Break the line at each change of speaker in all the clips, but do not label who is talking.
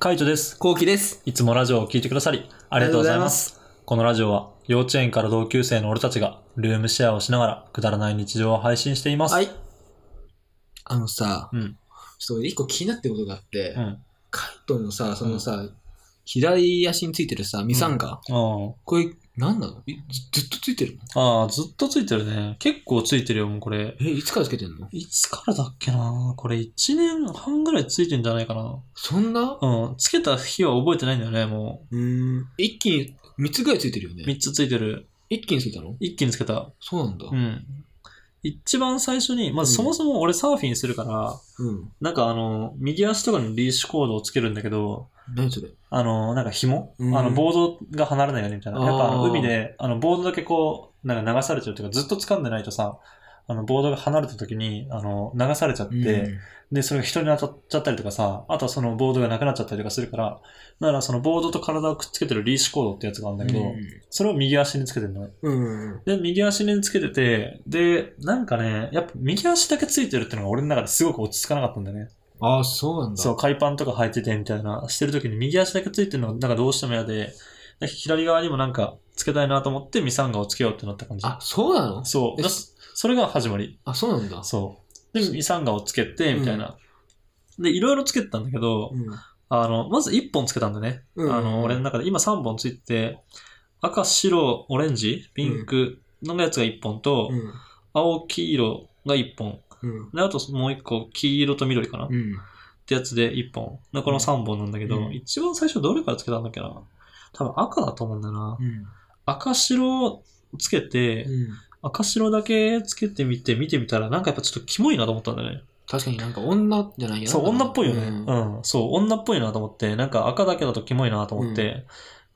カイトです。
こうきです。
いつもラジオを聞いてくださり、ありがとうございます。このラジオは、幼稚園から同級生の俺たちが、ルームシェアをしながら、くだらない日常を配信しています。
はい。あのさ、
うん。
ちょっと一個気になってることがあって、
うん。
カイトのさ、そのさ、左足についてるさ、ミサンガ、
あ
これ、なんなのえずずっとついてるの
あ。ああ、ずっとついてるね。結構ついてるよ、もうこれ。
え、いつからつけてんの
いつからだっけなこれ1年半ぐらいついてんじゃないかな。
そんな
うん。つけた日は覚えてないんだよね、も
うん。一気に、三つぐらいついてるよ
う。
ね。
3つついてる。
一気についたの
一気につけた。
そうなんだ。
うん。一番最初に、まず
うん
そもそも俺サーフィンするから、
うん。
なんかあの、右足とかにリーシュコードをつけるんだけど、
何それ
あの、なんか紐、
うん
あの、ボードが離れないようにみたいな。やっぱあの
あー
海で、あの、ボードだけこう、なんか流されちゃうというか、ずっと掴んでないとさ、あの、ボードが離れた時に、あの、流されちゃって、
うん
で、それが人に当たっちゃったりとかさ、あとはそのボードがなくなっちゃったりとかするから、だからそのボードと体をくっつけてるリーシュコードってやつがあるんだけど、それを右足につけてるの。
うん。うん。
で、右足につけてて、で、なんかね、やっぱ右足だけついてるってのが俺の中ですごく落ち着かなかったんだよね。
ああ、そうなんだ。
そう、海パンとか履いててみたいな、してる時に右足だけついてるのがなんかどうしても嫌で、なんか左側にもなんかつけたいなと思ってミサンガをつけようってなった感じ。
あ、そうなの
そう。
え
だそそれが始まり。
あ、そうなんだ。
そう。で、ミサンガをつけて、みたいな。で、いろいろつけてたんだけど、あの、まず1本つけたんだね。
うん
あの、俺の中で今3本ついてて、赤、白、オレンジ、ピンクのやつが1本と、
うん。
青、黄色が1本。
うん。
で、あともう1個、黄色と緑かな。
うん。
ってやつで1本。で、この3本なんだけど、
うん
一番最初どれからつけたんだっけな多分赤だと思うんだよな。
うん。
赤白つけて、
うん。
赤白だけつけてみて、見てみたら、なんかやっぱちょっとキモいなと思ったんだよね。
確かになんか女じゃないよ
そう、女っぽいよね、
うん
うん。そう、女っぽいなと思って、なんか赤だけだとキモいなと思って、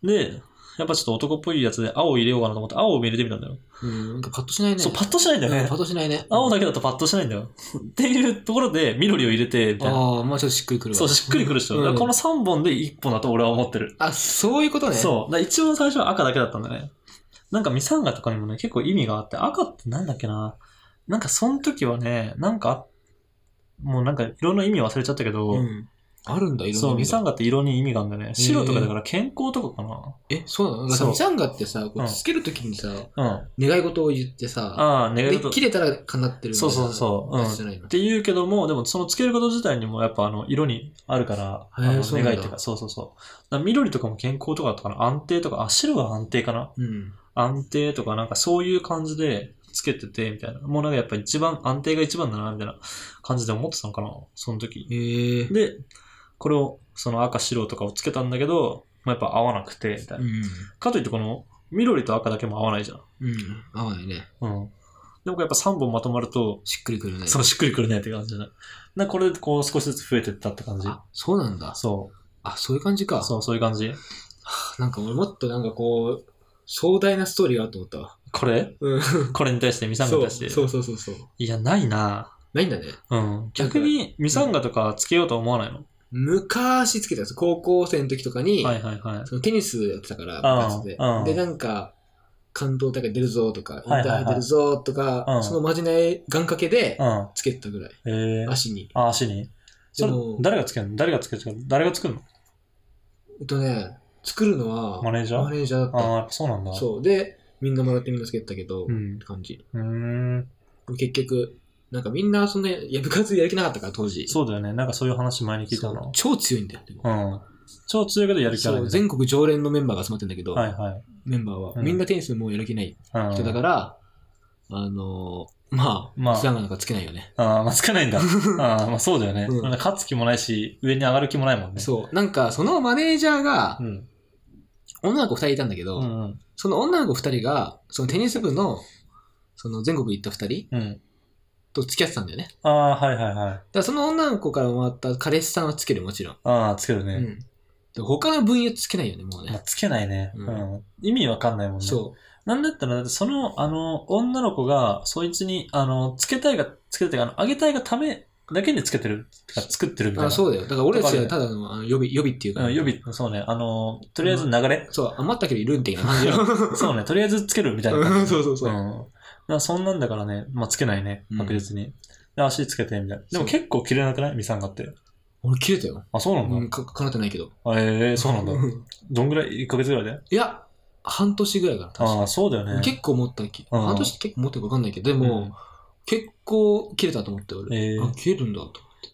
で、やっぱちょっと男っぽいやつで青入れようかなと思って、青を入れてみたんだよ。
うん、なんかパッとしないね。
そう、パッとしないんだよ
うん
ね
パ。ッとしないね。
青だ
け
けだとパッとしないんだよ。っていうところで、緑を入れて、みたいな。
ああ、まあちょっとしっくりくるわ。
そう、しっくりくる人。だからこの3本で1本だと俺は思ってる。
あ、そういうことね。
そう。だから一番最初は赤だけだったんだね。なんかミサンガとかにもね、結構意味があって、赤ってなんだっけな。なんかその時はね、なんかあ、もうなんかいろんな意味忘れちゃったけど、
ん。あるんだ、いろんな
そう、
意
ミ
味
サ
が
ンガって色に意味があるんだね。白とかだから健康とかか
え、そうなのなんか
そ
さ、
う
ミサンガってさ、こ
うん
うつけるときにさ、
な。うん。
願い事を言ってさ、
ああ、願い
で、
事。
切
っ
れたら叶ってるみたいな
そうそうそううん
やつじゃないの。
て言うけども、でもそのつけること自体にもやっぱあの色にあるから、あ
へえ
の
そうなん
願
だ
いとか、そうそうそう。だから緑とかも健康とかとかの安定とか、あ、白は安定かな。
うん。
安定とかなんかそういう感じでつけててみたいな。もうなんかやっぱ一番、安定が一番だなみたいな感じで思ってたのかな、その時。
へえ。
で、これを、その赤白とかをつけたんだけど、まあ、やっぱ合わなくて、みたいうな。
ん。
かといってこの緑と赤だけも合わないじゃん。
うん。合わないね。
うん。でもやっぱ3本まとまると、
しっくりくるね。
そうしっくりくるねって感じだね。なこれでこう少しずつ増えてったって感じ。
あ、そうなんだ。
そ
あ、そういう感じ
う。
か。
そう、そういう感じ。
なんか俺もっとなんかこう、壮大なストーリーがあると思ったわ。
これ
うん。
これに対して、ミサンガ
そ
に
う
対して。
そうそうそうそう。
いや、ないな
ないんだね。
うん。逆に、ミサンガとかつけようとは思わないの、
昔つけたやつ、高校生の時とかに、
はいはいはい。
そのテニスやってたから、
あ
部
あ
活で
ああ。
で、なんか、関東大会出るぞとか、インタ
はいはいはい
ーハイ出るぞとか、
うん
そのまじない願掛けで
う、ん。つ
つけてたぐらい、
えー、
足に。
あ、足に。
で
それ
も、
誰がつけるの誰がつける誰が作るの
えっとね、作るのは、
マネージャー
マネージャーだっ
ああ、そうなんだ。
た。そう。で、みんなもらってみんなつけてたけど、っ
う
て
ん。
感じ。
うーん。
結局、なんかみんなそんな、いや、部活やる気なかったから、当時。
そうだよね。なんかそういう話前に聞いたの。
超強いんだよ、でも
うん。超強いけどやる気あ
そ
る、
う
ね。
全国常連のメンバーが集まってんだけど、
はいはい。
メンバーは、
うん
みんなテニスもうやる気ない
うん、
人だから、あのーまあ、
まあ
スランガなんかつけないよね。
ああ、まあ、つかない んだ。ああ、まあそうだよね。
うん
なんか勝つ気もないし、上に上がる気もないもんね。
そう。なんか、そのマネージャーが
う。、ん。
女の子二人いたんだけ
う
ど、
んうん。
その女の子二人が、そのテニス部の、その全国行った二人
うん。
と付き合ってたんだよね。
ああ、はいはいはい。
だからその女の子からもらった彼氏さんはつける、もちろん。
ああ、つけるね。
うん。で他の分野つけないよね、もうね。
まあ、つけないね、う。
うんん
意味わかんないもんね。
そ
なんだったら、だってその、あの、女の子が、そいつに、あの、つけたいが、つけたいが、あの、あげたいがためだけにつけてる、てか作ってるみ
う。
たいな。
あそうだよ。だから俺たち
だ
は
か
ただのあの予備、予備っていうか、
うん、予備、そうね、あの、とりあえず流れ、
そう、余ったけどいるん的な感じ よ。
そうね、とりあえずつけるみたいな感じ。。
うんそうそうそうん
だからそんなんだからね、まあ、つけないね
う、ん
確実に。で足つけてみたいな。でも
そう
結構切れなくないミサンガって。
俺切れたよ。
あ、そうなんだ。
うん、か、かなってないけど。
あええそうなんだ。
うん
どんぐらい ?1 ヶ月ぐらいで
いや、半年ぐらいかな、確
あ
か
あ、そうだよね。
結構持ったき、
うん
半年って結構持ってるか分かんないけど、でも、
うん
結構切れたと思って、俺。
ええ
あ、切れるんだと。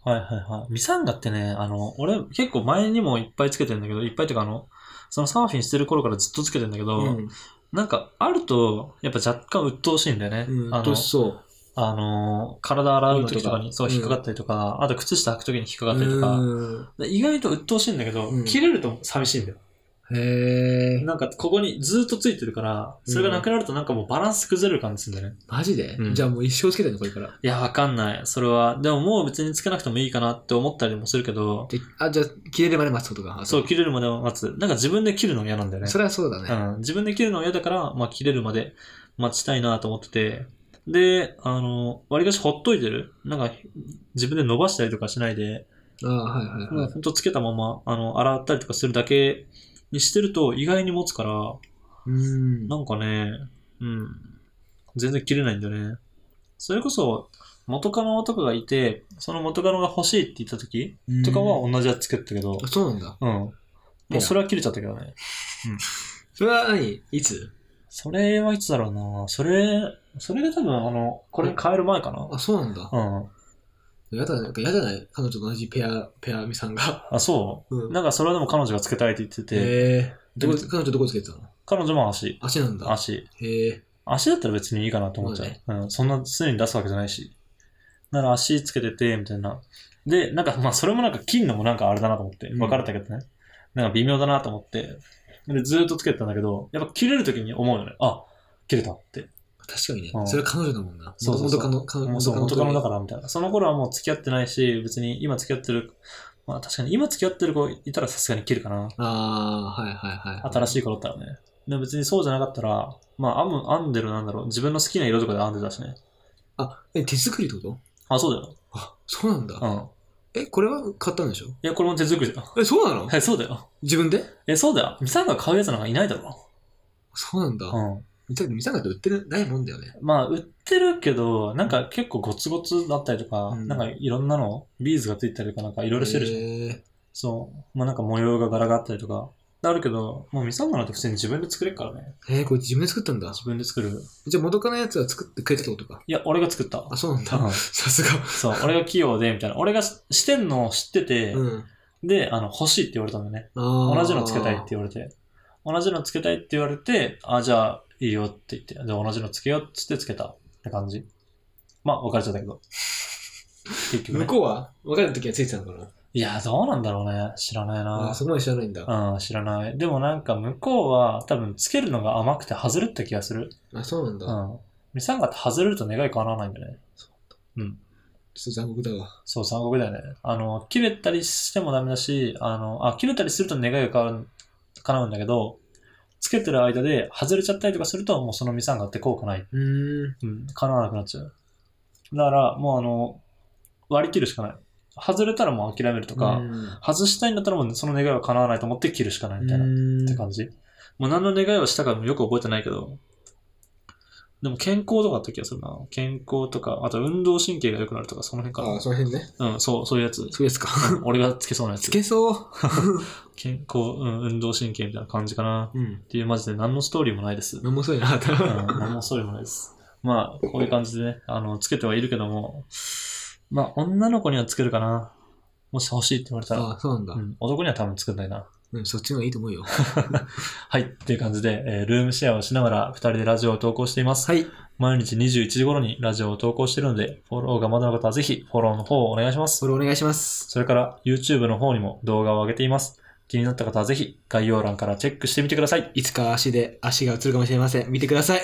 はいはいはい。ミサンガってね、あの、俺結構前にもいっぱいつけてるんだけど、いっぱいっていうかあの、そのサーフィンしてる頃からずっとつけてるんだけど、
うん。
なんかあると、やっぱ若干鬱陶しいんだよね。
うん。
あ
ど
の
う、しそう。
あの体洗う時とかに、そう、
うん
引っかかったりとか、あと靴下履く時に引っか
う
かったりとか、
ん。
で意外と鬱陶しいんだけど、
うん
切れると寂しいんだよ。
へえ。
なんかここにずっとついてるから、それがなくなるとなんかもうバランス崩れる感じするんだよね。
マジで、
うん
じゃあもう一生つけてんの、これから。
いや、わかんない。それは、でももう別につけなくてもいいかなって思ったりもするけど、
であ、じゃあ、切れるまで待つことか。あ
そう、切れるまでを待つ。なんか自分で切るの嫌なんだよね。
それはそうだね。
うん、自分で切るの嫌だから、まあ、切れるまで待ちたいなと思ってて。で、あの、割りかしほっといてる。なんか、自分で伸ばしたりとかしないで、
ああ、はいはい
も
は
う
い。
ほんとつけたまま、あの、洗ったりとかするだけにしてると意外に持つから、
うん。
なんかね、うん、全然切れないんだよね。それこそ、元カノとかがいて、その元カノが欲しいって言った時とかは同じやつ作ったけど
うん、あ、そうなんだ。
うん。もうそれは切れちゃったけどね。
それは何いつ
それはいつだろうな。それ、それが多分、あの、これに変える前かな。
あ、そうなんだ。
うん。
やだね。なんかやだね。彼女と同じペア、ペアミさんが。
あ、そうう。なんかそれはでも彼女がつけたいって言ってて、
へえ。どこ、彼女どこつけてたの
彼女も足。
足なんだ。
足。
へえ。
足だったら別にいいかなと思っちゃう。
そう
うん。そんな常に出すわけじゃないし。なら足つけてて、みたいな。で、なんかまあそれもなんか金のもなんかあれだなと思って、
うん
別れたけどね。なんか微妙だなと思って。で、ずーっとつけてたんだけど、やっぱ切れる時に思うよね。あ、切れたって。
確かにね
う。ん
それは彼女だもんな。
そうそうそう
元カノ、彼
もう
元
そう
カノ
元カノだ
か
からみたいな。その頃はもう付き合ってないし、別に今付き合ってる、まあ確かに今付き合ってる子いたらさすがに切るかな。
ら。ああ、はいはいはい。
新し
い。
い子だったらね。でも別にそうじゃなかったら、まあ編む、編んでるなんだろう。自分の好きな色とかで編んでたしね。
あ、え、手作りってこと
あ、そうだよ。
あ、そうなんだ。
うん。
え、これは買ったんでしょ
いや、これも手作り だよ。
え、そうなの
はい、そうだよ。
自分で
え、そうだよ。ミサンが買うやつなんかいないだろ。
そうなんだ。
うん。
見たミサンガって売ってないもんだよね。
まあ、売ってるけど、なんか結構ゴツゴツだったりとか、
うん
なんかいろんなの、ビーズがついたりとか、なんかい
い
ろいろしてるじゃん。
じ
そう。まあなんか模様が柄があったりとか。あるけど、もうミサンガなんて普通に自分で作れるからね。
ゃん。えー、これ自分で作ったんだ。
自分で作る。
じゃあ元カノのやつは作ってくれたってことか。
いや、俺が作った
あ、。そうなん
うん
だ。さすが。
そう、俺が器用で、みたいな。俺がししてんのを知ってて、
うん。
で、あの、欲しいって言われたんだよね。
同
同じのつけたいって言われて。同じのつけたいって言われて、あ、じゃあ、いいよって言って。じゃあ同じのつけようってってつけたって感じ。まあ、別れちゃった けど。結局
向
ね。
こうは別れた時はついてたのかない
や、どうなんだろうね。知らない
あ
な
あ、。そこまで知らないんだ。
うん、知らない。でもなんか向こうは多分つけるのが甘くて外れた気がする。
あ、そうなんだ。
う
ちょっ
ん。ミサンガって外れると願い叶わないんだよね。
と残酷だわ。
そう、残酷だよね。あの、切れたりしてもダメだし、あの、あ、切れたりすると願いが変わる叶うんだけど、つけてる間で外れちゃったりとかすると、もうそのミサンガって効果ない。
うーん。
うん、叶わなくなっちゃう。だから、もうあの、割り切るしかない。外れたらもう諦めると
と
か、
うー
外したいんだったらもうその願いは叶わないと思って切るしかないみたいな。
ん。
って感じ。もう何の願いをしたかもよく覚えてないけど、でも健康とかあった気がするな。健康とか、あと運動神経が良くなるとか、その辺
ああ、
か
その辺ね。
な。うん、そう、そういうや つ。
そうですか。
俺がつけそうなやつ
つ。けそう。
健康、うん、運動神経みたいな感じかな。
うん。
っていうマジで何のストーリーもないです。うん、
なんもそうや な。
何のストーリーもないです。まあ、こういう感じでね、あの、つけてはいるけども、まあ、女の子にはつけるかな。もし欲しいって言われたら。
ああ、そうなんだ
う。ん、男には多分作んないな。
うん、そっちの方がいいと思うよ。
はい、っていう感じで、えールームシェアをしながら2人でラジオを投稿しています。
はい。
毎日21時頃にラジオを投稿しているので、フォローがまだの方はぜひフォローの方をお願いします
そ。れお願いします。
それから YouTube の方にも動画を上げています。気になった方はぜひ概要欄からチェックしてみてください。
いつか足で足が映るかもしれません。見てください。